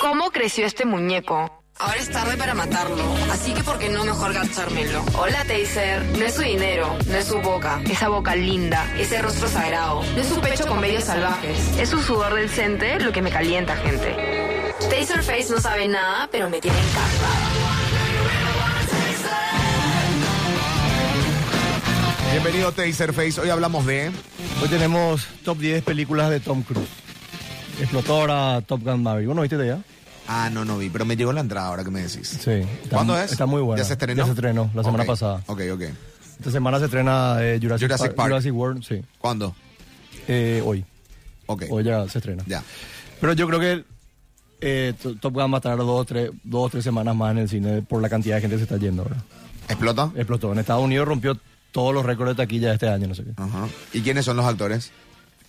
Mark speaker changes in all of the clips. Speaker 1: ¿Cómo creció este muñeco?
Speaker 2: Ahora es tarde para matarlo, así que ¿por qué no mejor gastármelo? Hola, Taser. No es su dinero, no es su boca,
Speaker 1: Esa boca linda.
Speaker 2: ese rostro sagrado, no es su pecho con vellos salvajes.
Speaker 1: Es su sudor del cente lo que me calienta, gente.
Speaker 2: Taser Face no sabe nada, pero me tiene encantada.
Speaker 3: Bienvenido Taserface, hoy hablamos de...
Speaker 4: Hoy tenemos top 10 películas de Tom Cruise. Explotora, Top Gun Maverick. ¿Vos no viste de ella?
Speaker 3: Ah, no, no vi, pero me llegó la entrada ahora que me decís.
Speaker 4: Sí. Está-
Speaker 3: ¿Cuándo es?
Speaker 4: Está muy buena.
Speaker 3: ¿Ya se estrenó?
Speaker 4: Ya se estrenó, la semana
Speaker 3: Ok,
Speaker 4: pasada.
Speaker 3: Ok, ok.
Speaker 4: Esta semana se estrena eh, Jurassic,
Speaker 3: Jurassic
Speaker 4: Par-
Speaker 3: Park.
Speaker 4: Jurassic World, sí.
Speaker 3: ¿Cuándo?
Speaker 4: Eh, hoy.
Speaker 3: Ok.
Speaker 4: Hoy ya se estrena.
Speaker 3: Ya.
Speaker 4: Pero yo creo que eh, to- Top Gun va a estar dos o tres, dos o tres semanas más en el cine por la cantidad de gente que se está yendo ahora.
Speaker 3: ¿Explota?
Speaker 4: Explotó. En Estados Unidos rompió todos los récords de taquilla de este año, no sé qué.
Speaker 3: Ajá. ¿Y quiénes son los actores?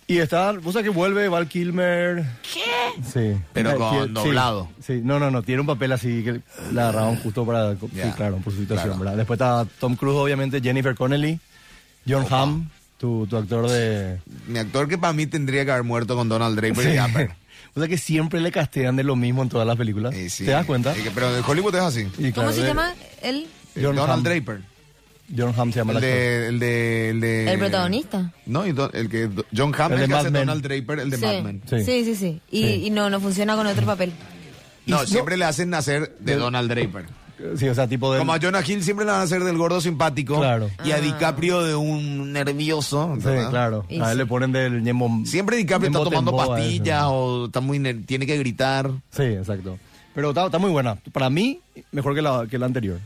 Speaker 4: Y está, vos sabés que vuelve Val Kilmer. ¿Qué? Sí.
Speaker 3: Pero
Speaker 4: Eh,
Speaker 3: con
Speaker 4: tiene- sí,
Speaker 3: doblado.
Speaker 4: Sí, no, no, no, tiene un papel así que la agarraron justo para, sí,
Speaker 3: Ya,
Speaker 4: claro, por su situación,
Speaker 3: claro.
Speaker 4: ¿verdad? Después está Tom Cruise, obviamente, Jennifer Connelly, John Hamm, tu, tu actor de...
Speaker 3: Mi actor que para mí tendría que haber muerto con Donald Draper y Dapper.
Speaker 4: O sea que siempre le castean de lo mismo en todas las películas.
Speaker 3: Eh, sí.
Speaker 4: ¿Te das cuenta?
Speaker 3: Eh, que- pero de Hollywood es así.
Speaker 4: Y claro,
Speaker 5: ¿Cómo se
Speaker 4: de-
Speaker 5: llama él?
Speaker 4: John
Speaker 3: Donald
Speaker 4: Hamm.
Speaker 3: Draper.
Speaker 4: John Hamm se llama
Speaker 3: El
Speaker 4: el actor.
Speaker 3: de, el de, el de-
Speaker 5: ¿El protagonista?
Speaker 3: No, y do- el que John Hamm,
Speaker 4: El
Speaker 3: el,
Speaker 4: de
Speaker 3: que
Speaker 4: Mad
Speaker 3: hace
Speaker 4: Men.
Speaker 3: Donald Draper, el de
Speaker 5: sí.
Speaker 3: Mad Men.
Speaker 4: Sí.
Speaker 5: Sí, sí, sí. Y,
Speaker 4: Sí.
Speaker 5: y no, no funciona con otro papel.
Speaker 3: No,
Speaker 4: Y-
Speaker 3: siempre le hacen nacer de Donald Draper.
Speaker 4: Sí, o sea, tipo de...
Speaker 3: Como a Jonah Hill siempre le van a hacer del gordo simpático
Speaker 4: Claro.
Speaker 3: y a DiCaprio de un nervioso.
Speaker 4: Sí,
Speaker 3: ¿verdad?
Speaker 4: claro.
Speaker 5: Y
Speaker 4: a él
Speaker 5: sí.
Speaker 4: le ponen del Nemo...
Speaker 3: Siempre DiCaprio está
Speaker 4: Nemo
Speaker 3: tomando
Speaker 4: Temboa, ese.
Speaker 3: pastillas o está muy ner- tiene que gritar.
Speaker 4: Sí, exacto. Pero está, está muy buena. Para mí, mejor que la, que la anterior.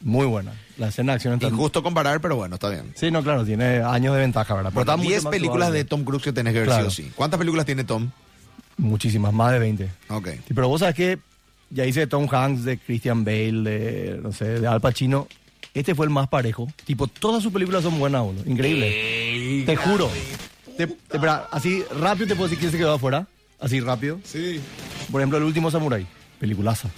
Speaker 4: Muy buena. La escena de acción está...
Speaker 3: Injusto comparar, pero bueno, está bien.
Speaker 4: Sí, no, claro, tiene años de ventaja, ¿verdad? Pero está
Speaker 3: Pero
Speaker 4: mucho
Speaker 3: 10
Speaker 4: más
Speaker 3: películas
Speaker 4: actuada.
Speaker 3: de Tom Cruise que tenés que ver
Speaker 4: Claro.
Speaker 3: sí o sí. ¿Cuántas películas tiene Tom?
Speaker 4: Muchísimas, más de 20.
Speaker 3: Ok.
Speaker 4: Sí, pero vos sabes que ya hice de Tom Hanks, de Christian Bale, de, no sé, de Al Pacino. Este fue el más parejo. Tipo, todas sus películas son buenas, boludo. Increíble. Te juro. Te- te- espera, así rápido te puedo decir quién se quedó afuera. Así rápido.
Speaker 3: Sí.
Speaker 4: Por ejemplo, El Último Samurai. Peliculaza.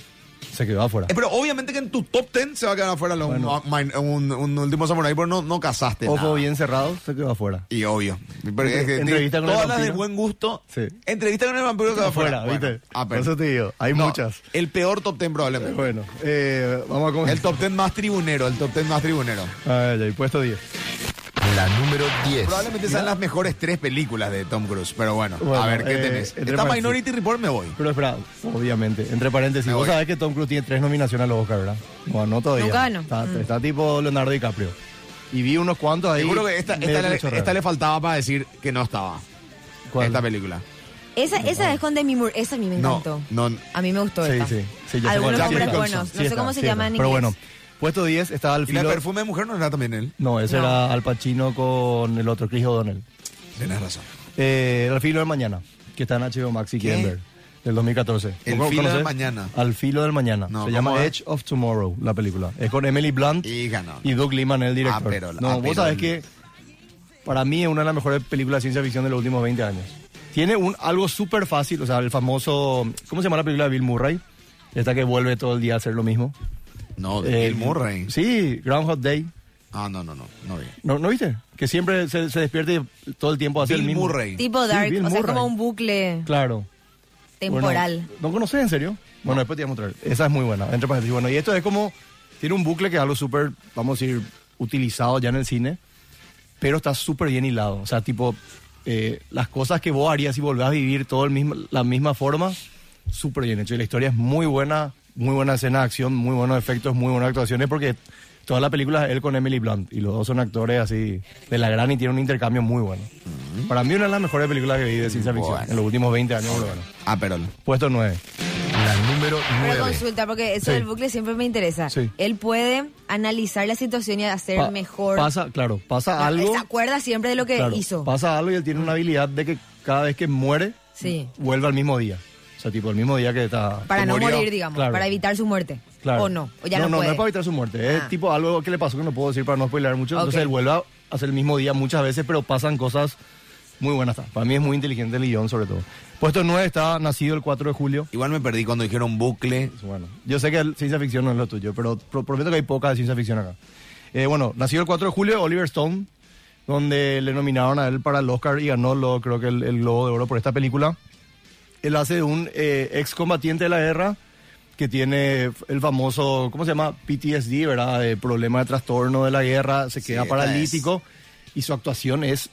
Speaker 4: Se quedó afuera.
Speaker 3: Eh, pero obviamente que en tu top 10 se va a quedar afuera lo- un, un- un último samurai, pero no, no casaste. nada.
Speaker 4: Ojo bien cerrado, se quedó afuera.
Speaker 3: Y obvio. Pero es que
Speaker 4: Eh, Entrevista con el
Speaker 3: todas las de
Speaker 4: vampiro.
Speaker 3: buen gusto.
Speaker 4: Sí.
Speaker 3: Entrevista con el vampiro que va afuera.
Speaker 4: Afuera, ¿viste?
Speaker 3: Bueno, ah,
Speaker 4: Por
Speaker 3: pero-
Speaker 4: eso te digo, hay
Speaker 3: No,
Speaker 4: muchas.
Speaker 3: El peor top 10 probablemente.
Speaker 4: Bueno, eh, vamos a comer.
Speaker 3: El top 10 más tribunero, el top 10 más tribunero.
Speaker 4: Ay, ay, puesto 10.
Speaker 6: La número 10.
Speaker 3: Probablemente sean las mejores tres películas de Tom Cruise, pero bueno,
Speaker 4: Bueno,
Speaker 3: a ver qué
Speaker 4: eh,
Speaker 3: tenés.
Speaker 4: entre
Speaker 3: Está
Speaker 4: paréntesis.
Speaker 3: Minority Report, me voy.
Speaker 4: Pero espera, obviamente, entre paréntesis,
Speaker 3: Me
Speaker 4: vos
Speaker 3: voy.
Speaker 4: sabés que Tom Cruise tiene tres nominaciones a los Oscar, ¿verdad? Bueno, no todavía.
Speaker 5: No gano. Mm.
Speaker 4: Está, está tipo Leonardo DiCaprio. Y vi unos cuantos ahí.
Speaker 3: Seguro que esta, esta
Speaker 4: medio
Speaker 3: le,
Speaker 4: chorrero.
Speaker 3: esta le faltaba para decir que no estaba.
Speaker 4: ¿Cuál?
Speaker 3: Esta película.
Speaker 5: Esa, esa es con Demi Moore. Esa a mí me
Speaker 3: No,
Speaker 5: encantó.
Speaker 3: no.
Speaker 5: A mí me gustó
Speaker 4: Sí,
Speaker 5: esta.
Speaker 4: sí. sí ya sé cuál
Speaker 5: Algunos
Speaker 4: es.
Speaker 3: Jack
Speaker 5: hombres
Speaker 3: Nicholson.
Speaker 5: buenos.
Speaker 4: Sí
Speaker 5: No sé
Speaker 4: está,
Speaker 5: cómo se
Speaker 4: sí
Speaker 5: llama
Speaker 4: está.
Speaker 5: en inglés.
Speaker 4: Pero bueno, puesto 10 estaba al
Speaker 3: ¿Y la
Speaker 4: filo.
Speaker 3: perfume de mujer no era también él?
Speaker 4: No, ese
Speaker 5: No.
Speaker 4: era Al Pacino con el otro, Chris O'Donnell.
Speaker 3: Tenés razón.
Speaker 4: Eh, al filo del mañana, que está en HBO Max y
Speaker 3: ¿Qué?
Speaker 4: quieren ver, Del 2014.
Speaker 3: El
Speaker 4: ¿Vos
Speaker 3: filo del
Speaker 4: conocés?
Speaker 3: mañana.
Speaker 4: Al filo del mañana.
Speaker 3: No,
Speaker 4: se
Speaker 3: ¿cómo
Speaker 4: llama
Speaker 3: va?
Speaker 4: Edge of Tomorrow, la película. Es con Emily Blunt
Speaker 3: Hija, no.
Speaker 4: y Doug Liman, el director.
Speaker 3: Ah, pero la-
Speaker 4: no,
Speaker 3: ah,
Speaker 4: vos
Speaker 3: pero
Speaker 4: sabés
Speaker 3: el-
Speaker 4: que para mí es una de las mejores películas de ciencia ficción de los últimos 20 años. Tiene un algo súper fácil, o sea, el famoso... ¿Cómo se llama la película de Bill Murray? Esta que vuelve todo el día a hacer lo mismo.
Speaker 3: No,
Speaker 4: Eh,
Speaker 3: Pues, Bill Murray.
Speaker 4: Sí, Groundhog Day.
Speaker 3: Ah, no, no, no. No vi.
Speaker 4: ¿No, no viste? Que siempre se, se despierte y todo el tiempo a hacer
Speaker 3: Bill
Speaker 4: el mismo.
Speaker 3: Murray.
Speaker 5: Tipo
Speaker 4: Sí,
Speaker 5: Dark.
Speaker 4: Bill
Speaker 5: o sea, es
Speaker 4: Murray.
Speaker 5: como un bucle
Speaker 4: Claro.
Speaker 5: temporal.
Speaker 4: Bueno, ¿No conoces en serio? Bueno, después te voy a mostrar. Esa es muy buena. Entre paréntesis. Bueno, y esto es como. Tiene un bucle que es algo súper, vamos a decir, utilizado ya en el cine. Pero está súper bien hilado. O sea, tipo, eh, las cosas que vos harías si volvés a vivir todo el mismo, la misma forma, súper bien hecho. Y la historia es muy buena, muy buena escena de acción, muy buenos efectos, muy buenas actuaciones, porque toda la película es él con Emily Blunt. Y los dos son actores así de la gran y tienen un intercambio muy bueno. Para mí, una de las mejores películas que vi de ciencia ficción
Speaker 3: Bueno.
Speaker 4: en los últimos 20 años, por lo menos.
Speaker 3: Ah, pero.
Speaker 4: Puesto 9.
Speaker 6: La número 9.
Speaker 5: Pero consulta, porque eso
Speaker 4: Sí.
Speaker 5: del bucle siempre me interesa.
Speaker 4: Sí.
Speaker 5: Él puede analizar la situación y hacer mejor.
Speaker 4: Pasa, claro, pasa algo.
Speaker 5: Se acuerda siempre de lo que
Speaker 4: claro,
Speaker 5: hizo.
Speaker 4: Pasa algo y él tiene una habilidad de que cada vez que muere,
Speaker 5: Sí.
Speaker 4: vuelve al mismo día. O sea, tipo, el mismo día que está.
Speaker 5: Para
Speaker 4: que
Speaker 5: no
Speaker 4: murió.
Speaker 5: morir, digamos,
Speaker 4: Claro,
Speaker 5: para evitar su muerte.
Speaker 4: claro.
Speaker 5: O no, o ya
Speaker 4: no,
Speaker 5: no,
Speaker 4: no,
Speaker 5: puede.
Speaker 4: es para evitar su muerte. Es
Speaker 5: Ah.
Speaker 4: tipo algo que le pasó que no puedo decir para no spoiler mucho. Entonces
Speaker 5: Ok.
Speaker 4: él vuelve a hacer el mismo día muchas veces, pero pasan cosas muy buenas. Para mí es muy inteligente el guión, sobre todo. Puesto 9 está nacido el 4 de julio.
Speaker 3: Igual me perdí cuando dijeron bucle.
Speaker 4: Pues Bueno, yo sé que el ciencia ficción no es lo tuyo, pero pro- prometo que hay poca de ciencia ficción acá. Eh, bueno, nació el 4 de julio Oliver Stone, donde le nominaron a él para el Oscar y ganó, lo, creo que, el, el Globo de Oro por esta película. Él hace de un eh, excombatiente de la guerra que tiene el famoso, ¿cómo se llama? PTSD, ¿verdad? Eh, problema de trastorno de la guerra, se queda
Speaker 3: esta
Speaker 4: paralítico y su actuación es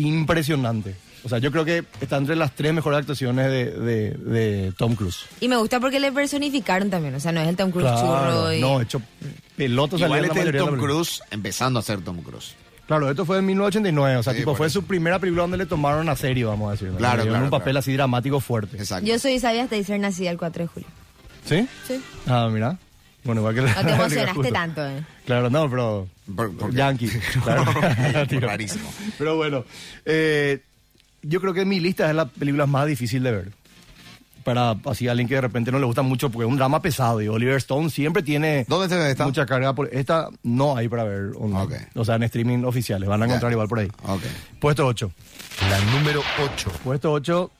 Speaker 4: impresionante. O sea, yo creo que está entre las tres mejores actuaciones de, de- de Tom Cruise.
Speaker 5: Y me gusta porque le personificaron también. O sea, no es el Tom Cruise churro. Y...
Speaker 4: no, hecho pelotas
Speaker 3: Igual
Speaker 4: salía en la
Speaker 3: este es el
Speaker 4: mayoría de la
Speaker 3: Tom
Speaker 4: película.
Speaker 3: Cruise empezando a ser Tom Cruise.
Speaker 4: Claro, esto fue en 1989, o sea,
Speaker 3: Sí,
Speaker 4: tipo,
Speaker 3: por
Speaker 4: fue
Speaker 3: eso.
Speaker 4: su primera película donde le tomaron a serio, vamos a decir. ¿verdad?
Speaker 3: Claro,
Speaker 4: Le dieron
Speaker 3: claro,
Speaker 4: un papel
Speaker 3: claro.
Speaker 4: así dramático fuerte.
Speaker 3: Exacto.
Speaker 5: Yo soy Isabel Steiser, nacida el 4 de julio.
Speaker 4: ¿Sí?
Speaker 5: Sí.
Speaker 4: Ah, mira. Bueno, igual que la-
Speaker 5: No te emocionaste
Speaker 4: justo.
Speaker 5: tanto, ¿eh?
Speaker 4: Claro, no, pero...
Speaker 3: ¿Por- por qué?
Speaker 4: Yankee. claro. Tío.
Speaker 3: Rarísimo.
Speaker 4: Pero bueno, eh, yo creo que mi lista es la película más difícil de ver. Para así alguien que de repente no le gusta mucho, porque es un drama pesado y Oliver Stone siempre tiene
Speaker 3: ¿Dónde se ve esta?
Speaker 4: mucha carga. Por, esta no hay para ver. online.
Speaker 3: Ok.
Speaker 4: O sea, en streaming oficiales. Van a encontrar igual por ahí.
Speaker 3: Ok.
Speaker 4: Puesto 8.
Speaker 7: La número 8.
Speaker 4: Puesto 8,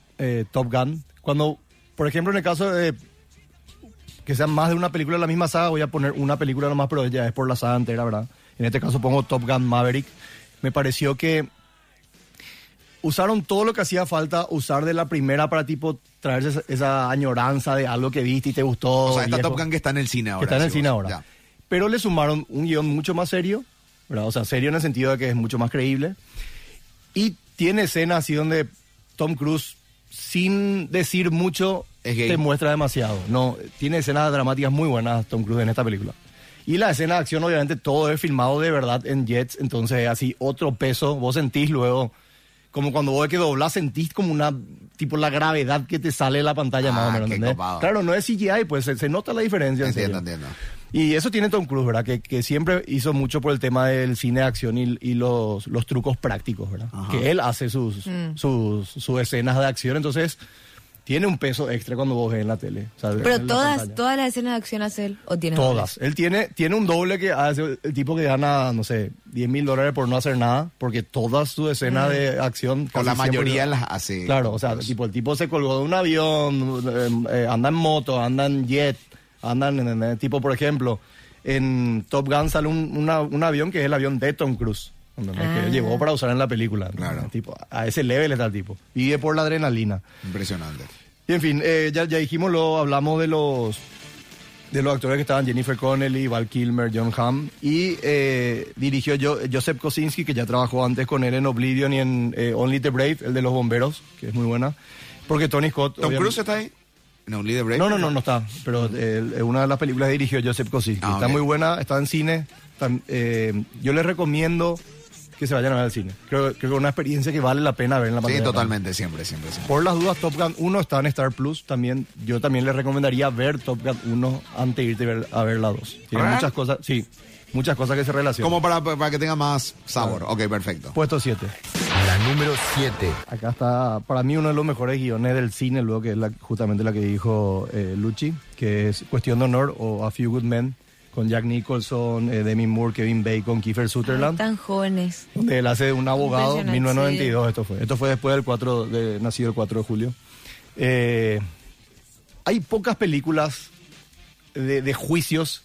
Speaker 4: Top Gun. Cuando, por ejemplo, en el caso de que sean más de una película de la misma saga, voy a poner una película nomás, pero ya es por la saga entera, ¿verdad? En este caso pongo Top Gun Maverick. Me pareció que usaron todo lo que hacía falta usar de la primera para, tipo, traerse esa, esa añoranza de algo que viste y te gustó.
Speaker 3: O sea, esta
Speaker 4: Oh, viejo.
Speaker 3: Top Gun que está en el cine ahora.
Speaker 4: Que está en el
Speaker 3: sí,
Speaker 4: cine
Speaker 3: bueno,
Speaker 4: ahora. Pero le sumaron un guión mucho más serio, ¿verdad? O sea, serio en el sentido de que es mucho más creíble. Y tiene escenas así donde Tom Cruise, sin decir mucho,
Speaker 3: Es gay.
Speaker 4: te muestra demasiado. No, tiene escenas dramáticas muy buenas Tom Cruise en esta película. Y la escena de acción, obviamente, todo es filmado de verdad en jets, entonces así otro peso, vos sentís luego, como cuando vos que doblás, sentís como una, tipo la gravedad que te sale de la pantalla más
Speaker 3: Ah,
Speaker 4: o menos,
Speaker 3: qué
Speaker 4: ¿entendés?
Speaker 3: copado.
Speaker 4: Claro, no es CGI, pues se, se nota la diferencia. en
Speaker 3: Entiendo,
Speaker 4: serio.
Speaker 3: entiendo.
Speaker 4: Y eso tiene Tom Cruise, ¿verdad? Que, que siempre hizo mucho por el tema del cine de acción y, y los, los trucos prácticos, ¿verdad? Que él hace sus,
Speaker 5: Mm.
Speaker 4: sus, sus escenas de acción, entonces tiene un peso extra cuando vos ves en la tele. o sea, en
Speaker 5: Pero
Speaker 4: la
Speaker 5: todas,
Speaker 4: pantalla.
Speaker 5: todas las escenas de acción hace él. ¿O tiene
Speaker 4: Todas. Él tiene, tiene un doble que hace el tipo que gana, no sé, 10 mil dólares por no hacer nada, porque todas sus
Speaker 5: Mm.
Speaker 4: escenas de acción...
Speaker 3: O la
Speaker 4: casi siempre-
Speaker 3: mayoría las hace.
Speaker 4: Claro, o sea,
Speaker 3: Pues-
Speaker 4: tipo, el tipo se colgó de un avión, eh, eh, anda en moto, anda en jet, andan en, en- en- tipo, por ejemplo, en Top Gun sale un, una- un avión que es el avión de Tom Cruise, ¿entendés? que llevó para usar en la película. ¿entendés?
Speaker 3: Claro.
Speaker 4: Tipo, a ese level está el tipo. Vive por la adrenalina.
Speaker 3: Impresionante.
Speaker 4: Y en fin, eh, ya, ya dijimos, lo, hablamos de los de los actores que estaban Jennifer Connelly, Val Kilmer, John Hamm y eh, dirigió yo, Joseph Kosinski que ya trabajó antes con él en Oblivion y en eh, Only the Brave, el de los bomberos, que es muy buena, porque Tony Scott
Speaker 3: ¿Tom
Speaker 4: obviamente-
Speaker 3: Cruise está ahí? No, Leader Break.
Speaker 4: no, no, no, no está. Pero eh, una de las películas dirigió Joseph Kosinski.
Speaker 3: Ah,
Speaker 4: está
Speaker 3: ok.
Speaker 4: muy buena, está en cine. Tam- eh, yo les recomiendo que se vayan a ver al cine. Creo, creo que es una experiencia que vale la pena ver en la
Speaker 3: Sí,
Speaker 4: pantalla.
Speaker 3: totalmente, siempre, siempre, siempre.
Speaker 4: Por las dudas, Top Gun 1 está en Star Plus. También, yo también les recomendaría ver Top Gun 1 antes de irte a ver, a ver la 2. Tiene
Speaker 3: ¿Ah?
Speaker 4: muchas cosas, sí, muchas cosas que se relacionan.
Speaker 3: Como para, para que tenga más sabor. Ok, perfecto.
Speaker 4: Puesto 7.
Speaker 7: La número 7.
Speaker 4: Acá está, para mí, uno de los mejores guiones del cine, luego que es la- justamente la que dijo eh, Lucci, que es Cuestión de Honor o A Few Good Men, con Jack Nicholson, eh, Demi Moore, Kevin Bacon, Kiefer
Speaker 5: Todas.
Speaker 4: Sutherland.
Speaker 5: Tan jóvenes.
Speaker 4: donde él hace de un abogado,
Speaker 5: Impresionante,
Speaker 4: 1992 esto fue. Esto fue después del 4 de, nacido el 4 de julio. Eh, hay pocas películas de, de juicios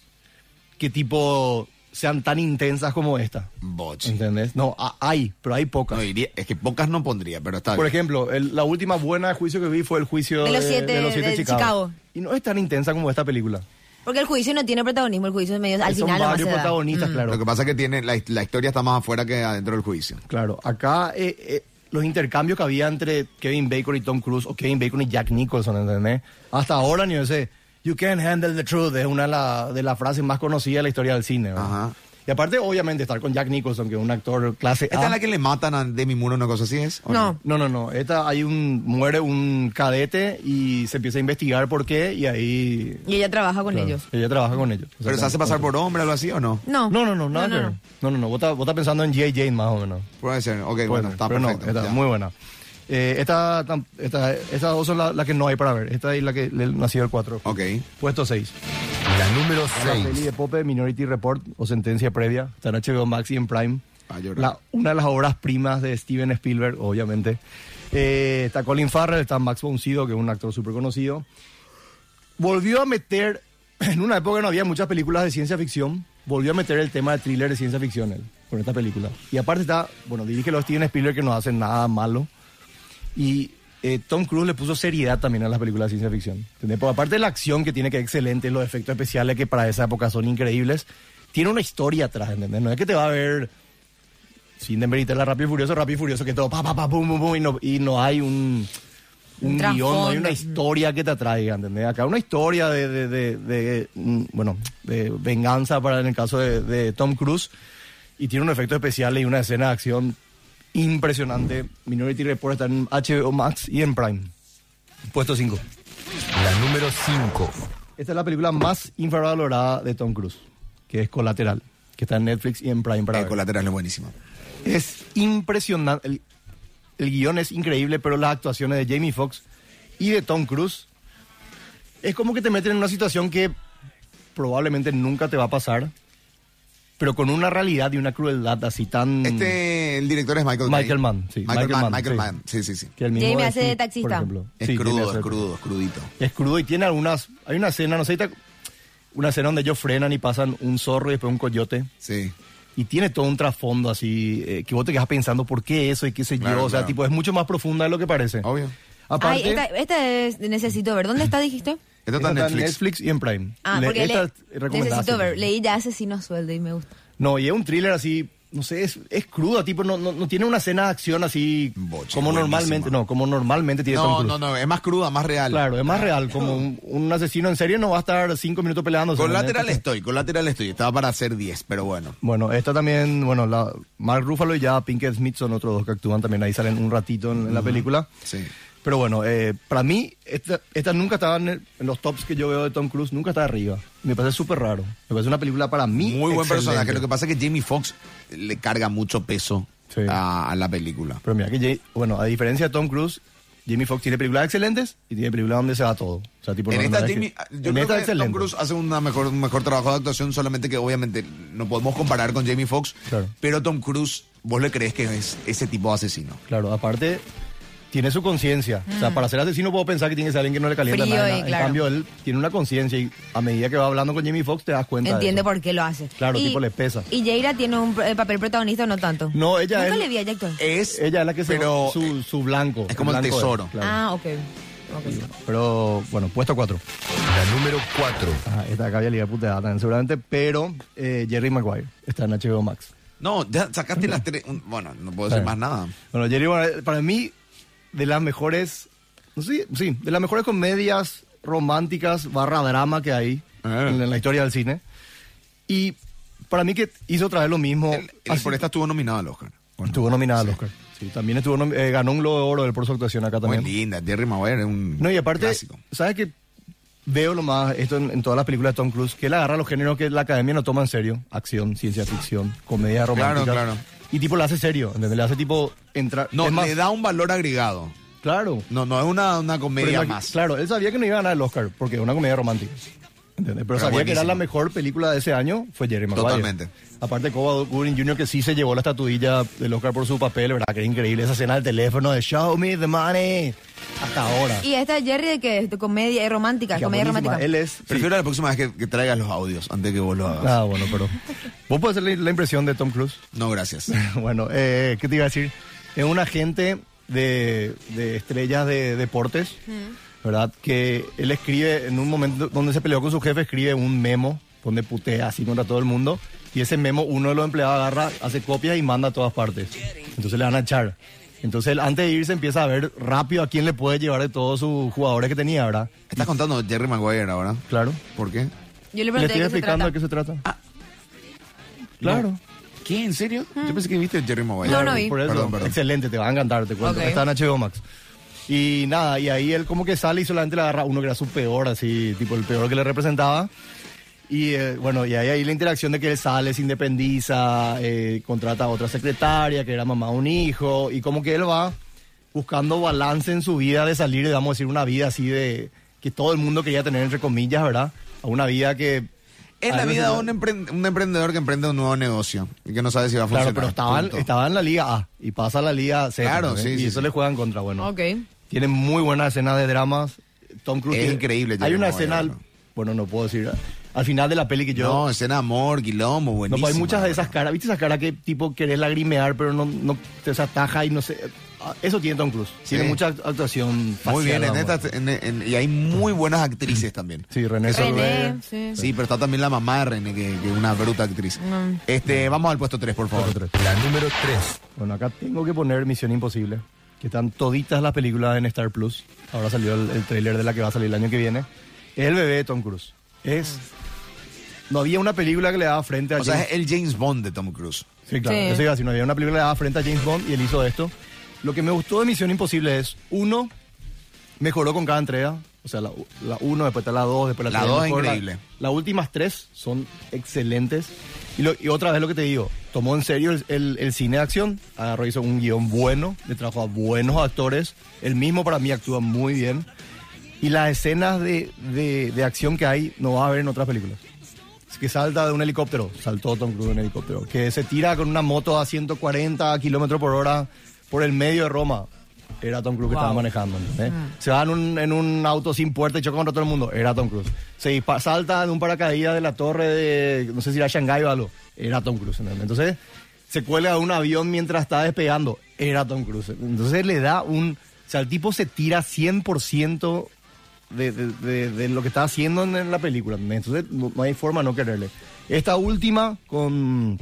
Speaker 4: que tipo sean tan intensas como esta.
Speaker 3: Botch.
Speaker 4: ¿Entendés? No, a- hay, pero hay pocas.
Speaker 3: No diría, es que pocas no pondría, pero está
Speaker 4: Por
Speaker 3: bien.
Speaker 4: ejemplo, el- la última buena de juicio que vi fue el juicio
Speaker 5: De los siete-
Speaker 4: siete
Speaker 5: de Chicago.
Speaker 4: Y no es tan intensa como esta película.
Speaker 5: Porque el juicio no tiene protagonismo, el juicio es medio. Al
Speaker 4: Son
Speaker 5: final lo más
Speaker 4: varios
Speaker 5: se da. Mm.
Speaker 4: protagonistas, claro.
Speaker 3: Lo que pasa es que tiene, la, la historia está más afuera que adentro del juicio.
Speaker 4: Claro, acá eh, eh, los intercambios que había entre Kevin Bacon y Tom Cruise o Kevin Bacon y Jack Nicholson, ¿entendés? Hasta ahora ni yo sé, you can't handle the truth es una de, la- de las frases más conocidas de la historia del cine. ¿verdad?
Speaker 3: Ajá.
Speaker 4: Y aparte, obviamente, estar con Jack Nicholson, que es un actor clase
Speaker 3: ¿Esta
Speaker 4: A.
Speaker 3: es la que le matan a Demi Moore una cosa así es? ¿O
Speaker 5: No.
Speaker 4: No, no, no. Esta hay un muere un cadete y se empieza a investigar por qué y ahí
Speaker 5: Y ella trabaja con
Speaker 4: claro,
Speaker 5: ellos.
Speaker 4: Ella trabaja con ellos.
Speaker 3: ¿Pero se hace pasar por hombre o algo así o no?
Speaker 5: No.
Speaker 4: No, no, no, nada
Speaker 5: No,
Speaker 4: que
Speaker 5: no,
Speaker 4: ver. no, no, no. Vos estás vos estás pensando en J.J. más o menos.
Speaker 3: Puede ser. Ok,
Speaker 4: Puede
Speaker 3: bueno,
Speaker 4: ser,
Speaker 3: está
Speaker 4: pero no,
Speaker 3: perfecto.
Speaker 4: está
Speaker 3: ya.
Speaker 4: muy buena. Eh, esta, tam- esta- estas dos son la- las que no hay para ver. Esta es la que le- nació el 4.
Speaker 3: Ok.
Speaker 4: Puesto 6.
Speaker 7: La número
Speaker 4: La peli
Speaker 7: 6.
Speaker 4: de Pope, Minority Report o Sentencia Previa. Está en HBO Max y en Prime.
Speaker 3: Ah, yo creo.
Speaker 4: La, una de las obras primas de Steven Spielberg, obviamente. Eh, está Colin Farrell, está Max Boncido, que es un actor súper conocido. Volvió a meter, en una época que no había muchas películas de ciencia ficción, volvió a meter el tema de thriller de ciencia ficción él, con esta película. Y aparte está, bueno, dirige los Steven Spielberg que no hacen nada malo. Y eh, Tom Cruise le puso seriedad también a las películas de ciencia ficción. ¿entendés? Porque aparte de la acción que tiene que es excelente, los efectos especiales que para esa época son increíbles, tiene una historia atrás, ¿entendés? No es que te va a ver sin demeritar la Rápido y Furioso, Rápido y Furioso, que todo pa, pa, pa, pum, pum, pum, y no, y no hay un, un
Speaker 5: Un
Speaker 4: guión, no hay
Speaker 5: trasfondo.
Speaker 4: una historia que te atraiga, ¿entendés? Acá una historia de, de, de- de, mm, bueno, de venganza para en el caso de, de Tom Cruise, y tiene unos efectos especiales y una escena de acción impresionante. Minority Report está en HBO Max y en Prime. Puesto 5.
Speaker 7: La número 5.
Speaker 4: Esta es la película más infravalorada de Tom Cruise, que es Colateral, que está en Netflix y en Prime para
Speaker 7: Eh,
Speaker 3: El
Speaker 4: ver.
Speaker 3: colateral es buenísimo.
Speaker 4: Es impresionante. El, el guión es increíble, pero las actuaciones de Jamie Foxx y de Tom Cruise es como que te meten en una situación que probablemente nunca te va a pasar, pero con una realidad y una crueldad así tan.
Speaker 3: Este, el director es Michael
Speaker 4: Mm. Michael
Speaker 3: Caine.
Speaker 4: Mann, sí,
Speaker 3: Michael,
Speaker 4: Michael
Speaker 3: Mann,
Speaker 4: Mann,
Speaker 3: Michael
Speaker 4: sí.
Speaker 3: Mann. Sí, sí, sí.
Speaker 4: que el mismo
Speaker 5: Jamie
Speaker 4: de
Speaker 5: hace
Speaker 4: Smith,
Speaker 5: de taxista.
Speaker 4: por ejemplo.
Speaker 3: Es
Speaker 4: Sí, Jamie
Speaker 3: crudo,
Speaker 4: hace-
Speaker 3: es crudo, es crudito.
Speaker 4: es crudo y tiene algunas. Hay una escena, no sé, te- una escena donde ellos frenan y pasan un zorro y después un coyote.
Speaker 3: Sí.
Speaker 4: Y tiene todo un trasfondo así, eh, que vos te quedas pensando por qué eso y qué sé yo.
Speaker 3: Claro,
Speaker 4: O sea,
Speaker 3: claro.
Speaker 4: tipo, es mucho más profunda de lo que parece.
Speaker 3: Obvio.
Speaker 4: Aparte,
Speaker 5: Ay, esta, esta es, necesito ver. ¿Dónde está, dijiste?
Speaker 3: Esto
Speaker 4: esta
Speaker 3: está en Netflix.
Speaker 4: y en Prime.
Speaker 5: Ah,
Speaker 4: Le-
Speaker 5: porque
Speaker 4: esta
Speaker 5: le-
Speaker 4: es recomendada,
Speaker 5: necesito
Speaker 4: sí.
Speaker 5: ver. Leí ya Asesino a Sueldo y me gusta.
Speaker 4: No, y es un thriller así, no sé, es, es cruda, tipo, no, no, no tiene una escena de acción así
Speaker 3: Boche,
Speaker 4: como
Speaker 3: buenísima.
Speaker 4: normalmente, no, como normalmente tiene Tom
Speaker 3: No,
Speaker 4: Cruise.
Speaker 3: no, no, es más cruda, más real.
Speaker 4: Claro, es más real, como un, un asesino en serie no va a estar cinco minutos peleándose. ¿no?
Speaker 3: Colateral estoy, colateral estoy. Estaba para hacer 10, pero bueno.
Speaker 4: Bueno, esta también, bueno, la, Mark Ruffalo y ya Pinkett Smith son otros dos que actúan también, ahí salen un ratito en, en la película.
Speaker 3: Sí.
Speaker 4: Pero bueno, eh, para mí, esta, esta nunca estaba en, el- en los tops que yo veo de Tom Cruise, nunca está arriba. Me parece súper raro. Me parece una película para mí.
Speaker 3: Muy buen
Speaker 4: excelente.
Speaker 3: personaje. Lo que pasa es que Jamie Foxx le carga mucho peso
Speaker 4: Sí.
Speaker 3: a, a la película.
Speaker 4: Pero mira, que Jay- bueno, a diferencia de Tom Cruise, Jamie Foxx tiene películas excelentes y tiene películas donde se va todo. O sea, tipo,
Speaker 3: en
Speaker 4: no-
Speaker 3: esta,
Speaker 4: no es que-
Speaker 3: Jamie, yo
Speaker 4: en
Speaker 3: creo
Speaker 4: esta
Speaker 3: que Tom
Speaker 4: excelente.
Speaker 3: Cruise hace una mejor, un mejor trabajo de actuación, solamente que obviamente no podemos comparar con Jamie Foxx,
Speaker 4: Claro.
Speaker 3: pero Tom Cruise, vos le crees que es ese tipo de asesino.
Speaker 4: Claro, aparte, tiene su conciencia. O sea, para ser asesino puedo pensar que tiene que ser alguien que no le calienta
Speaker 5: Mm. Frío
Speaker 4: nada.
Speaker 5: y
Speaker 4: En
Speaker 5: claro.
Speaker 4: cambio, él tiene una conciencia y a medida que va hablando con Jamie Foxx te das cuenta. de
Speaker 5: Entiende
Speaker 4: eso.
Speaker 5: por qué lo hace.
Speaker 4: Claro, tipo, le pesa.
Speaker 5: ¿Y Jaira tiene un eh, papel protagonista o no tanto?
Speaker 4: No, ella
Speaker 5: Nunca
Speaker 4: es-
Speaker 5: le vi a ella actuar.
Speaker 3: Es,
Speaker 4: Ella es la que se
Speaker 3: pero,
Speaker 4: su, su blanco.
Speaker 3: es como el
Speaker 4: blanco de-
Speaker 3: tesoro.
Speaker 4: claro.
Speaker 5: Ah, ok. Ok.
Speaker 4: Pero bueno, puesto 4.
Speaker 7: La número 4.
Speaker 4: esta acá había liga puteada también seguramente, pero eh, Jerry Maguire está en HBO Max.
Speaker 3: No, ya sacaste las tres. un- Bueno, no puedo decir
Speaker 4: Sí.
Speaker 3: más nada.
Speaker 4: Bueno, Jerry Maguire, para mí, de las mejores, no sé, sí, de las mejores comedias románticas barra drama que hay
Speaker 3: Ah.
Speaker 4: en, la historia del cine. Y para mí que hizo otra vez lo mismo.
Speaker 3: Él- él
Speaker 4: así-
Speaker 3: por esta estuvo nominado al Oscar. ¿o no?
Speaker 4: Ah, Estuvo nominada al Oscar. Sí, también estuvo nom- eh, ganó un Globo de Oro del por su actuación acá
Speaker 3: Muy
Speaker 4: también.
Speaker 3: linda, Jerry Maguire es un
Speaker 4: No, y aparte,
Speaker 3: clásico.
Speaker 4: ¿sabes qué? Veo lo más, esto en, en todas las películas de Tom Cruise, que él agarra los géneros que la academia no toma en serio. Acción, ciencia ficción, comedia romántica.
Speaker 3: claro.
Speaker 4: Y tipo lo hace serio, ¿entendés? Le hace tipo entrar...
Speaker 3: No,
Speaker 4: es más,
Speaker 3: le da un valor agregado.
Speaker 4: Claro.
Speaker 3: No, no es una, una
Speaker 4: Pero
Speaker 3: comedia
Speaker 4: imagi-
Speaker 3: más.
Speaker 4: Claro, él sabía que no iba a ganar el Oscar, porque es una comedia romántica. ¿Entendés? Pero, sabía que era
Speaker 3: buenísimo.
Speaker 4: la mejor película de ese año, fue Jerry Maguire.
Speaker 3: Totalmente.
Speaker 4: Aparte, Cuba Gooding Jr., que sí se llevó la estatuilla del Oscar por su papel, ¿verdad? Que era increíble esa escena del teléfono de Show Me the Money. Hasta ahora.
Speaker 5: ¿Y esta Jerry de qué? es? ¿De comedia? ¿Es romántica?
Speaker 4: Que
Speaker 5: ¿Comedia
Speaker 4: buenísima.
Speaker 5: romántica?
Speaker 4: Él es. sí.
Speaker 3: Prefiero la próxima vez que, que traigas los audios antes que vos lo hagas.
Speaker 4: Ah, bueno, pero. ¿Vos podés hacer la, la impresión de Tom Cruise?
Speaker 3: No, gracias.
Speaker 4: bueno, eh, ¿qué te iba a decir? Es un agente de, de estrellas de deportes, ¿verdad? Que él escribe, en un momento donde se peleó con su jefe, escribe un memo donde putea así contra todo el mundo. Y ese memo, uno de los empleados agarra, hace copias y manda a todas partes. Entonces le van a echar. Entonces él, antes de irse, empieza a ver rápido a quién le puede llevar de todos sus jugadores que tenía, ¿verdad?
Speaker 3: Estás contando Jerry Maguire ahora.
Speaker 4: Claro.
Speaker 3: ¿Por qué?
Speaker 5: Yo le
Speaker 4: Le
Speaker 5: pregunté
Speaker 4: estoy
Speaker 5: de qué se
Speaker 4: explicando
Speaker 5: trata. Ah.
Speaker 4: de qué se trata. Claro.
Speaker 3: ¿Qué? ¿En serio? Yo pensé que viste Jerry Maguire.
Speaker 5: Mm. No, no vi.
Speaker 4: Por eso,
Speaker 3: Perdón, perdón.
Speaker 4: excelente, te va a encantar, te cuento.
Speaker 5: Ok.
Speaker 4: Está en HBO Max. Y nada, y ahí él como que sale y solamente le agarra uno que era su peor, así, tipo el peor que le representaba. Y eh, bueno, y ahí, ahí la interacción de que él sale, se independiza, eh, contrata a otra secretaria, que era mamá de un hijo, y como que él va buscando balance en su vida de salir, vamos a decir, una vida así de que todo el mundo quería tener, entre comillas, ¿verdad? A una vida que...
Speaker 3: Es la
Speaker 4: a-
Speaker 3: vida de un, empre- un emprendedor que emprende un nuevo negocio y que no sabe si va a
Speaker 4: Claro,
Speaker 3: funcionar.
Speaker 4: pero estaban,
Speaker 3: Punto.
Speaker 4: estaban en la Liga A y pasa a la Liga C.
Speaker 3: Claro,
Speaker 4: ¿entendés?
Speaker 3: sí,
Speaker 4: Y
Speaker 3: sí,
Speaker 4: eso
Speaker 3: sí.
Speaker 4: le juegan contra, bueno.
Speaker 5: Ok.
Speaker 4: Tienen muy buena escena de dramas. Tom Cruise.
Speaker 3: Es
Speaker 4: tiene-
Speaker 3: increíble,
Speaker 4: Hay
Speaker 3: Jeremy
Speaker 4: una
Speaker 3: Maguire,
Speaker 4: escena.
Speaker 3: ¿no?
Speaker 4: Bueno, no puedo decir. ¿eh? al final de la peli que yo...
Speaker 3: No, escena de amor, quilombo,
Speaker 4: No,
Speaker 3: buenísimo.
Speaker 4: pues hay muchas de esas caras. ¿Viste esas caras que tipo querés lagrimear, pero no, no te se ataja y no sé? Ah, Eso tiene Tom Cruise. Tiene
Speaker 3: Sí.
Speaker 4: mucha actuación facial.
Speaker 3: Muy bien, en
Speaker 4: vamos.
Speaker 3: estas- en- en- y hay muy buenas actrices también.
Speaker 4: Sí, René Zellweger.
Speaker 5: René, sí.
Speaker 3: Sí, pero está también la mamá de René, que que es una bruta actriz. Este, vamos al puesto 3, por favor.
Speaker 7: La número 3.
Speaker 4: Bueno, acá tengo que poner Misión Imposible, que están toditas las películas en Star Plus. Ahora salió el, el tráiler de la que va a salir el año que viene. Es el bebé de Tom Cruise. Es... No había una película que le daba frente a
Speaker 3: Ah. O sea,
Speaker 4: James-
Speaker 3: es el James Bond de Tom Cruise.
Speaker 4: Sí, claro.
Speaker 5: Sí.
Speaker 4: Eso iba a decir, no había una película que le daba frente a James Bond y él hizo esto. Lo que me gustó de Misión Imposible es, uno, mejoró con cada entrega. O sea, la, la uno, después está la dos, después la
Speaker 3: La
Speaker 4: tres,
Speaker 3: dos es
Speaker 4: mejor,
Speaker 3: increíble.
Speaker 4: las últimas tres son excelentes. Y, lo- y otra vez lo que te digo, tomó en serio el, el- el cine de acción, agarró, hizo un guión bueno, le trajo a buenos actores. El mismo para mí actúa muy bien. Y las escenas de, de- de acción que hay no va a haber en otras películas. Es que salta de un helicóptero, saltó Tom Cruise de un helicóptero. Que se tira con una moto a 140 kilómetros por hora por el medio de Roma. Era Tom Cruise que estaba manejando. ¿entendés? Se va en un, en un auto sin puerta y choca contra todo el mundo. Era Tom Cruise. Se dispa- salta de un paracaídas de la torre de, no sé si era Shanghái o algo. Era Tom Cruise. ¿entendés? Entonces, se cuelga de un avión mientras está despegando. Era Tom Cruise. Entonces le da un... O sea, el tipo se tira 100% de, de- de- de lo que está haciendo en, en la película. ¿entendés? Entonces no, no hay forma de no quererle. Esta última con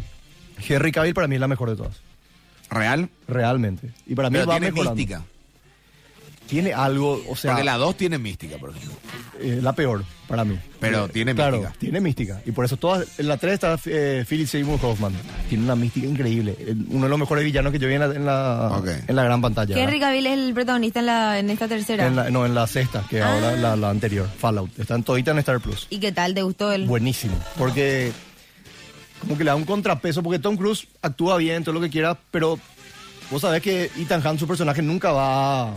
Speaker 4: Henry Cavill para mí es la mejor de todas.
Speaker 3: ¿Real?
Speaker 4: Realmente. Y para mí
Speaker 3: Pero
Speaker 4: va
Speaker 3: tiene
Speaker 4: mejorando.
Speaker 3: mística.
Speaker 4: Tiene algo, o sea,
Speaker 3: Porque la
Speaker 4: la...
Speaker 3: 2 tiene mística, por ejemplo.
Speaker 4: la peor para mí. Eh,
Speaker 3: Pero tiene
Speaker 4: claro,
Speaker 3: mística.
Speaker 4: tiene mística. Y por eso todas, en la 3 está eh, Philip Seymour Hoffman. Tiene una mística increíble. El- Uno de los mejores villanos que yo vi en la, en la,
Speaker 3: Ok.
Speaker 4: en la gran pantalla.
Speaker 5: Henry Cavill es el protagonista en, la, en esta tercera.
Speaker 4: En la- no, en la sexta, que
Speaker 5: Ah.
Speaker 4: ahora la, la anterior, Fallout. Están toditas en Star Plus.
Speaker 5: ¿Y qué tal? ¿Te gustó él?
Speaker 4: Buenísimo. Porque como que le da un contrapeso, porque Tom Cruise actúa bien, todo lo que quiera, pero vos sabés que Ethan Hunt, su personaje, nunca va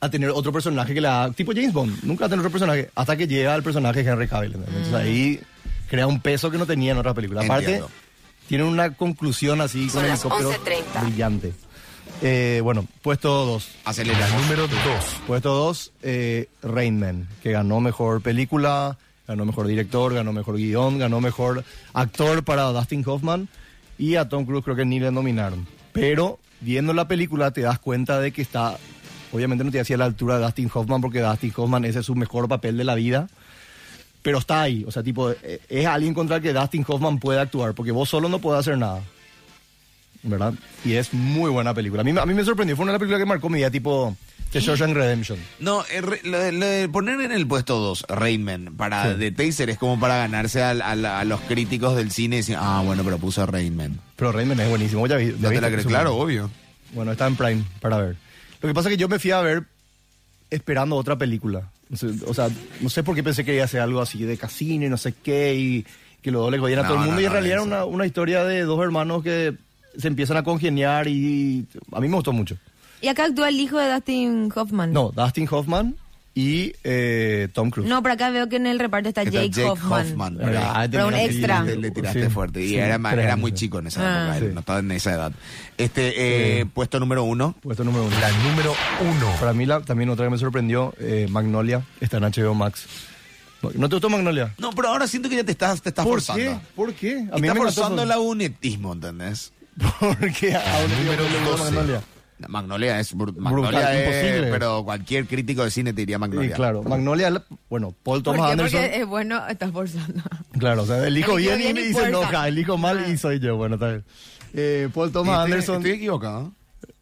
Speaker 4: a tener otro personaje que le haga, tipo James Bond, nunca va a tener otro personaje, hasta que llega el personaje de Henry Cavill. ¿entendés? Entonces ahí
Speaker 2: Mm.
Speaker 4: crea un peso que no tenía en otra película. Aparte,
Speaker 3: Entiendo.
Speaker 4: tiene una conclusión así
Speaker 2: Son
Speaker 4: con
Speaker 2: las
Speaker 4: helicópteros
Speaker 2: 11:30.
Speaker 4: brillante. Eh, bueno, puesto dos.
Speaker 3: Acelera.
Speaker 7: La número 2.
Speaker 4: Puesto 2, eh, Rain Man, que ganó mejor película, ganó mejor director, ganó mejor guión, ganó mejor actor para Dustin Hoffman. Y a Tom Cruise creo que ni le nominaron. Pero viendo la película te das cuenta de que está, obviamente no te hacía la altura de Dustin Hoffman porque Dustin Hoffman ese es su mejor papel de la vida. Pero está ahí, o sea, tipo, eh, es alguien contra el que Dustin Hoffman puede actuar, porque vos solo no podés hacer nada. ¿verdad? Y es muy buena película. A mí, a mí me sorprendió. Fue una de las películas que marcó mi vida, tipo The Shawshank Redemption.
Speaker 3: No, eh, re- lo, de- lo de poner en el puesto 2, Rainman, para
Speaker 4: Sí.
Speaker 3: de Taser es como para ganarse al- al- a, los críticos del cine y decir, ah, bueno, pero puso Rainman.
Speaker 4: Pero Rayman es buenísimo. Ya, vi- ya
Speaker 3: No te
Speaker 4: viste
Speaker 3: la
Speaker 4: que
Speaker 3: crees,
Speaker 4: es un-
Speaker 3: claro, obvio.
Speaker 4: Bueno, está en Prime para ver. Lo que pasa es que yo me fui a ver esperando otra película. No sé, O sea, no sé por qué pensé que iba a ser algo así de casino y no sé qué y que los dos le jodían a
Speaker 3: No,
Speaker 4: todo el mundo.
Speaker 3: no,
Speaker 4: y en
Speaker 3: no,
Speaker 4: realidad era
Speaker 3: eso.
Speaker 4: una, una historia de dos hermanos que se empiezan a congeniar y a mí me gustó mucho.
Speaker 5: Y acá actúa el hijo de Dustin Hoffman.
Speaker 4: No, Dustin Hoffman y eh, Tom Cruise.
Speaker 5: No, pero acá veo que en el reparto está,
Speaker 3: Está
Speaker 5: Jake,
Speaker 3: Jake
Speaker 5: Hoffman.
Speaker 3: Hoffman.
Speaker 4: Mira, ahí
Speaker 5: Pero un
Speaker 4: tenés-
Speaker 5: extra.
Speaker 3: Le, le tiraste
Speaker 4: Sí,
Speaker 3: fuerte. Y
Speaker 4: sí,
Speaker 3: era, ma-
Speaker 4: tres
Speaker 3: era
Speaker 4: años,
Speaker 3: muy
Speaker 4: sí.
Speaker 3: chico en esa
Speaker 5: Ah.
Speaker 3: época, él
Speaker 4: Sí.
Speaker 3: no estaba en esa edad. Este, eh, puesto número 1.
Speaker 4: Puesto número uno.
Speaker 7: La número 1.
Speaker 4: Para mí la- también otra que me sorprendió, eh, Magnolia, está en HBO Max. ¿No, ¿no te gustó Magnolia?
Speaker 3: No, pero ahora siento que ya te estás, te estás
Speaker 4: ¿Por
Speaker 3: forzando.
Speaker 4: qué? ¿Por qué?
Speaker 3: A mí está
Speaker 4: me encantó
Speaker 3: forzando
Speaker 4: Magnolia.
Speaker 3: el aunetismo, ¿entendés?
Speaker 4: ¿Por qué? A un
Speaker 7: Número
Speaker 4: tipo le gustó
Speaker 7: 12.
Speaker 4: Magnolia.
Speaker 3: La Magnolia es br-
Speaker 4: Brutal,
Speaker 3: Magnolia es-
Speaker 4: imposible.
Speaker 3: pero cualquier crítico de cine te diría Magnolia.
Speaker 4: Y claro, Magnolia, la- bueno, Paul
Speaker 5: ¿Por
Speaker 4: Thomas
Speaker 5: qué?
Speaker 4: Anderson.
Speaker 5: Porque es bueno, estás forzando.
Speaker 4: Claro, o sea, elijo
Speaker 5: Eligió
Speaker 4: bien,
Speaker 5: bien
Speaker 4: y,
Speaker 5: y
Speaker 4: y se
Speaker 5: fuerza. Ah.
Speaker 4: enoja, elijo mal y soy yo, bueno, está bien. Eh,
Speaker 3: Y este
Speaker 4: Paul
Speaker 3: estoy-
Speaker 4: Thomas Anderson.
Speaker 3: Estoy equivocado.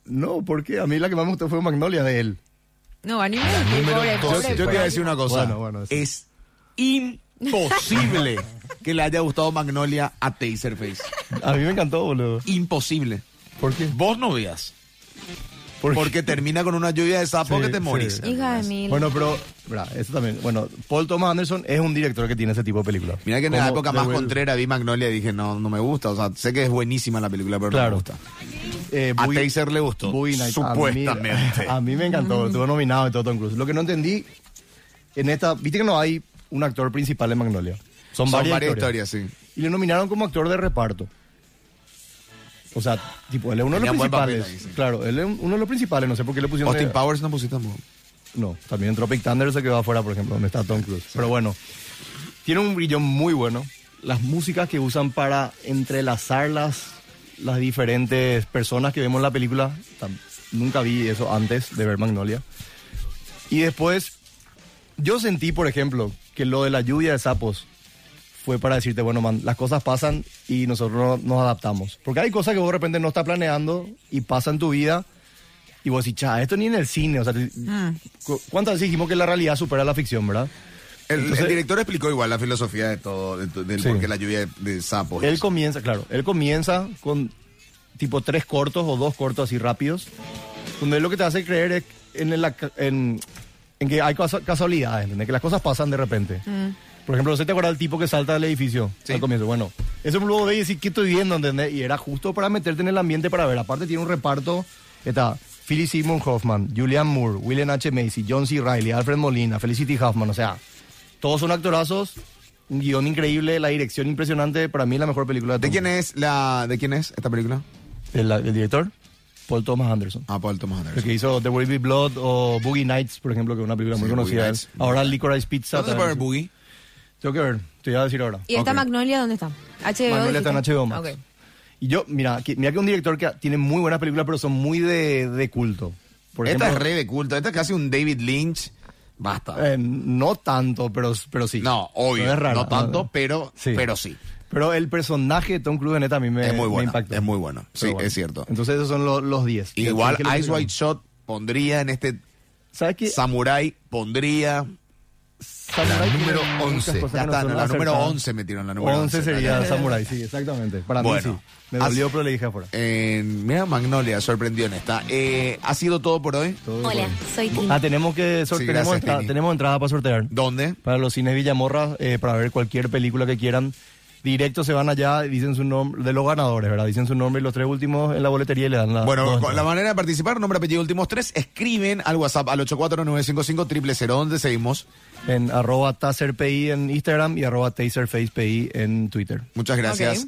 Speaker 4: No, ¿por qué? A mí la que más me gustó fue Magnolia de él.
Speaker 5: No, va ni un
Speaker 7: número
Speaker 5: pobre,
Speaker 7: doce.
Speaker 5: pobre,
Speaker 3: Yo, yo te iba a
Speaker 5: pobre.
Speaker 3: decir una cosa.
Speaker 4: Bueno, bueno, sí.
Speaker 3: Es imposible que le haya gustado Magnolia a Taserface.
Speaker 4: A mí me encantó, boludo.
Speaker 3: Imposible.
Speaker 4: ¿Por qué?
Speaker 3: Vos no veas.
Speaker 4: ¿Por qué?
Speaker 3: Porque termina con una lluvia de sapo
Speaker 4: Sí,
Speaker 3: que te
Speaker 4: sí.
Speaker 3: morís.
Speaker 5: Hija de mil.
Speaker 4: Bueno, pero, bra, eso también. Bueno, Paul Thomas Anderson es un director que tiene ese tipo de películas.
Speaker 3: Mira que en la
Speaker 4: Como
Speaker 3: época
Speaker 4: The
Speaker 3: más
Speaker 4: Well-
Speaker 3: contrera vi Magnolia y dije, no, no me gusta. O sea, sé que es buenísima la película, pero no me
Speaker 4: Claro.
Speaker 3: gusta.
Speaker 4: Eh,
Speaker 3: A
Speaker 4: Bowie-
Speaker 3: Taser le gustó.
Speaker 4: Bowie Nights. A mí-
Speaker 3: Supuestamente.
Speaker 4: A mí, me encantó. Estuvo nominado y todo Tom Cruise. Lo que no entendí en esta. Viste que no hay un actor principal en Magnolia. Son,
Speaker 3: Son
Speaker 4: varias,
Speaker 3: varias
Speaker 4: historias.
Speaker 3: historias, sí.
Speaker 4: Y le nominaron como actor de reparto. O sea, tipo, él es uno de
Speaker 3: Tenía
Speaker 4: los
Speaker 3: buen papel
Speaker 4: principales.
Speaker 3: ahí, sí.
Speaker 4: Claro, él es un- uno de los principales. No sé por qué le pusieron.
Speaker 3: Austin
Speaker 4: de-
Speaker 3: Powers no pusiste tampoco.
Speaker 4: No, también Tropic Thunder se quedó afuera, por ejemplo, donde está Tom Cruise. Pero bueno, Tiene un brillo muy bueno. Las músicas que usan para entrelazar las, las diferentes personas que vemos en la película. tam- Nunca vi eso antes de ver Magnolia. Y después, yo sentí, por ejemplo, que lo de la lluvia de sapos fue para decirte, bueno, man, las cosas pasan y nosotros no- nos adaptamos. Porque hay cosas que vos de repente no estás planeando y pasan tu vida y vos decís, cha, esto ni en el cine. O sea, te- cu- ¿cuántas veces dijimos que la realidad supera la ficción, verdad?
Speaker 3: El,
Speaker 4: Entonces-
Speaker 3: el director explicó igual la filosofía de todo, de, to- del
Speaker 4: Sí.
Speaker 3: por qué la lluvia de, de sapos.
Speaker 4: Él comienza, claro, él comienza con tipo tres cortos o dos cortos así rápidos, donde lo que te hace creer es en, la, ca- en, en que hay casa- casualidades, ¿entendés? que las cosas pasan de repente. Por ejemplo, ¿se te acuerda el tipo que salta del edificio al comienzo? Bueno, eso luego ve y decís, ¿qué estoy viendo? ¿entendés? Y era justo para meterte en el ambiente para ver. Aparte tiene un reparto, está Philip Simon Hoffman, Julian Moore, William H. Macy, John C. Riley, Alfred Molina, Felicity Huffman, o sea, todos son actorazos, un guión increíble, la dirección impresionante, para mí la mejor película de
Speaker 3: ¿De
Speaker 4: Tom
Speaker 3: quién es la de quién es esta película?
Speaker 4: Cruise. ¿El, el director? Paul Thomas Anderson.
Speaker 3: Ah, Paul Thomas
Speaker 4: El
Speaker 3: Anderson.
Speaker 4: que hizo The Will Be Blood o Boogie Nights, por ejemplo, que es una película muy
Speaker 3: Sí,
Speaker 4: conocida.
Speaker 3: Boogie
Speaker 4: de él.
Speaker 3: Nights.
Speaker 4: Ahora Licorice Pizza.
Speaker 3: ¿Dónde se puede
Speaker 4: también.
Speaker 3: ver Boogie?
Speaker 4: Tengo que ver, te voy a decir ahora.
Speaker 5: ¿Y esta
Speaker 3: Ok.
Speaker 5: Magnolia dónde está? HBO.
Speaker 4: Magnolia está en
Speaker 5: dijiste.
Speaker 4: HBO Max.
Speaker 5: Ok.
Speaker 4: Y yo, mira, que, mira que un director que tiene muy buenas películas, pero son muy de, de culto. Por
Speaker 3: esta es
Speaker 4: ejemplo,
Speaker 3: re de culto. Esta es casi un David Lynch. Basta.
Speaker 4: eh, no tanto, pero, pero sí.
Speaker 3: No, obvio.
Speaker 4: es raro.
Speaker 3: No tanto, pero- pero sí.
Speaker 4: Pero el personaje de Tom Cruise, neta, a mí me,
Speaker 3: Es muy
Speaker 4: me
Speaker 3: buena,
Speaker 4: impactó.
Speaker 3: es muy bueno. Sí,
Speaker 4: Pero
Speaker 3: es cierto.
Speaker 4: Entonces, esos son lo- los 10.
Speaker 3: Igual
Speaker 4: ¿Qué- qué
Speaker 3: Ice
Speaker 4: le pusieron?
Speaker 3: White Shot pondría en este
Speaker 4: ¿Sabes qué?
Speaker 3: Samurai, pondría.
Speaker 4: Samurai
Speaker 7: La
Speaker 4: tiene
Speaker 7: número
Speaker 4: muchas
Speaker 7: 11.
Speaker 4: cosas que
Speaker 3: Ya
Speaker 4: no
Speaker 3: está,
Speaker 4: son
Speaker 3: no, la número
Speaker 4: acertadas.
Speaker 3: 11 metieron la número
Speaker 4: 11
Speaker 3: 11,
Speaker 4: sería Samurai, sí, exactamente. Para mí
Speaker 3: Bueno.
Speaker 4: sí. Me dolió,
Speaker 3: Así-
Speaker 4: pero le dije afuera.
Speaker 3: En, Eh, mira, Magnolia sorprendió en esta. Eh, ¿Ha sido todo por hoy?
Speaker 4: Todo
Speaker 8: Hola,
Speaker 4: bien.
Speaker 8: soy Tina.
Speaker 4: Ah, tenemos que
Speaker 3: Sí,
Speaker 4: sortear.
Speaker 3: gracias,
Speaker 4: tenemos, entra-
Speaker 3: Tini.
Speaker 4: tenemos entrada para sortear.
Speaker 3: ¿Dónde?
Speaker 4: Para los cines Villamorra, eh, para ver cualquier película que quieran. Directo se van allá, dicen su nombre, de los ganadores, ¿verdad? Dicen su nombre y los tres últimos en la boletería y le dan la.
Speaker 3: Bueno,
Speaker 4: dos
Speaker 3: con la
Speaker 4: entradas.
Speaker 3: manera de participar, nombre, apellido, últimos tres, escriben al WhatsApp al 84955 ¿Dónde seguimos?
Speaker 4: En arroba taserpi en Instagram y arroba taserfacepI en Twitter.
Speaker 3: Muchas gracias.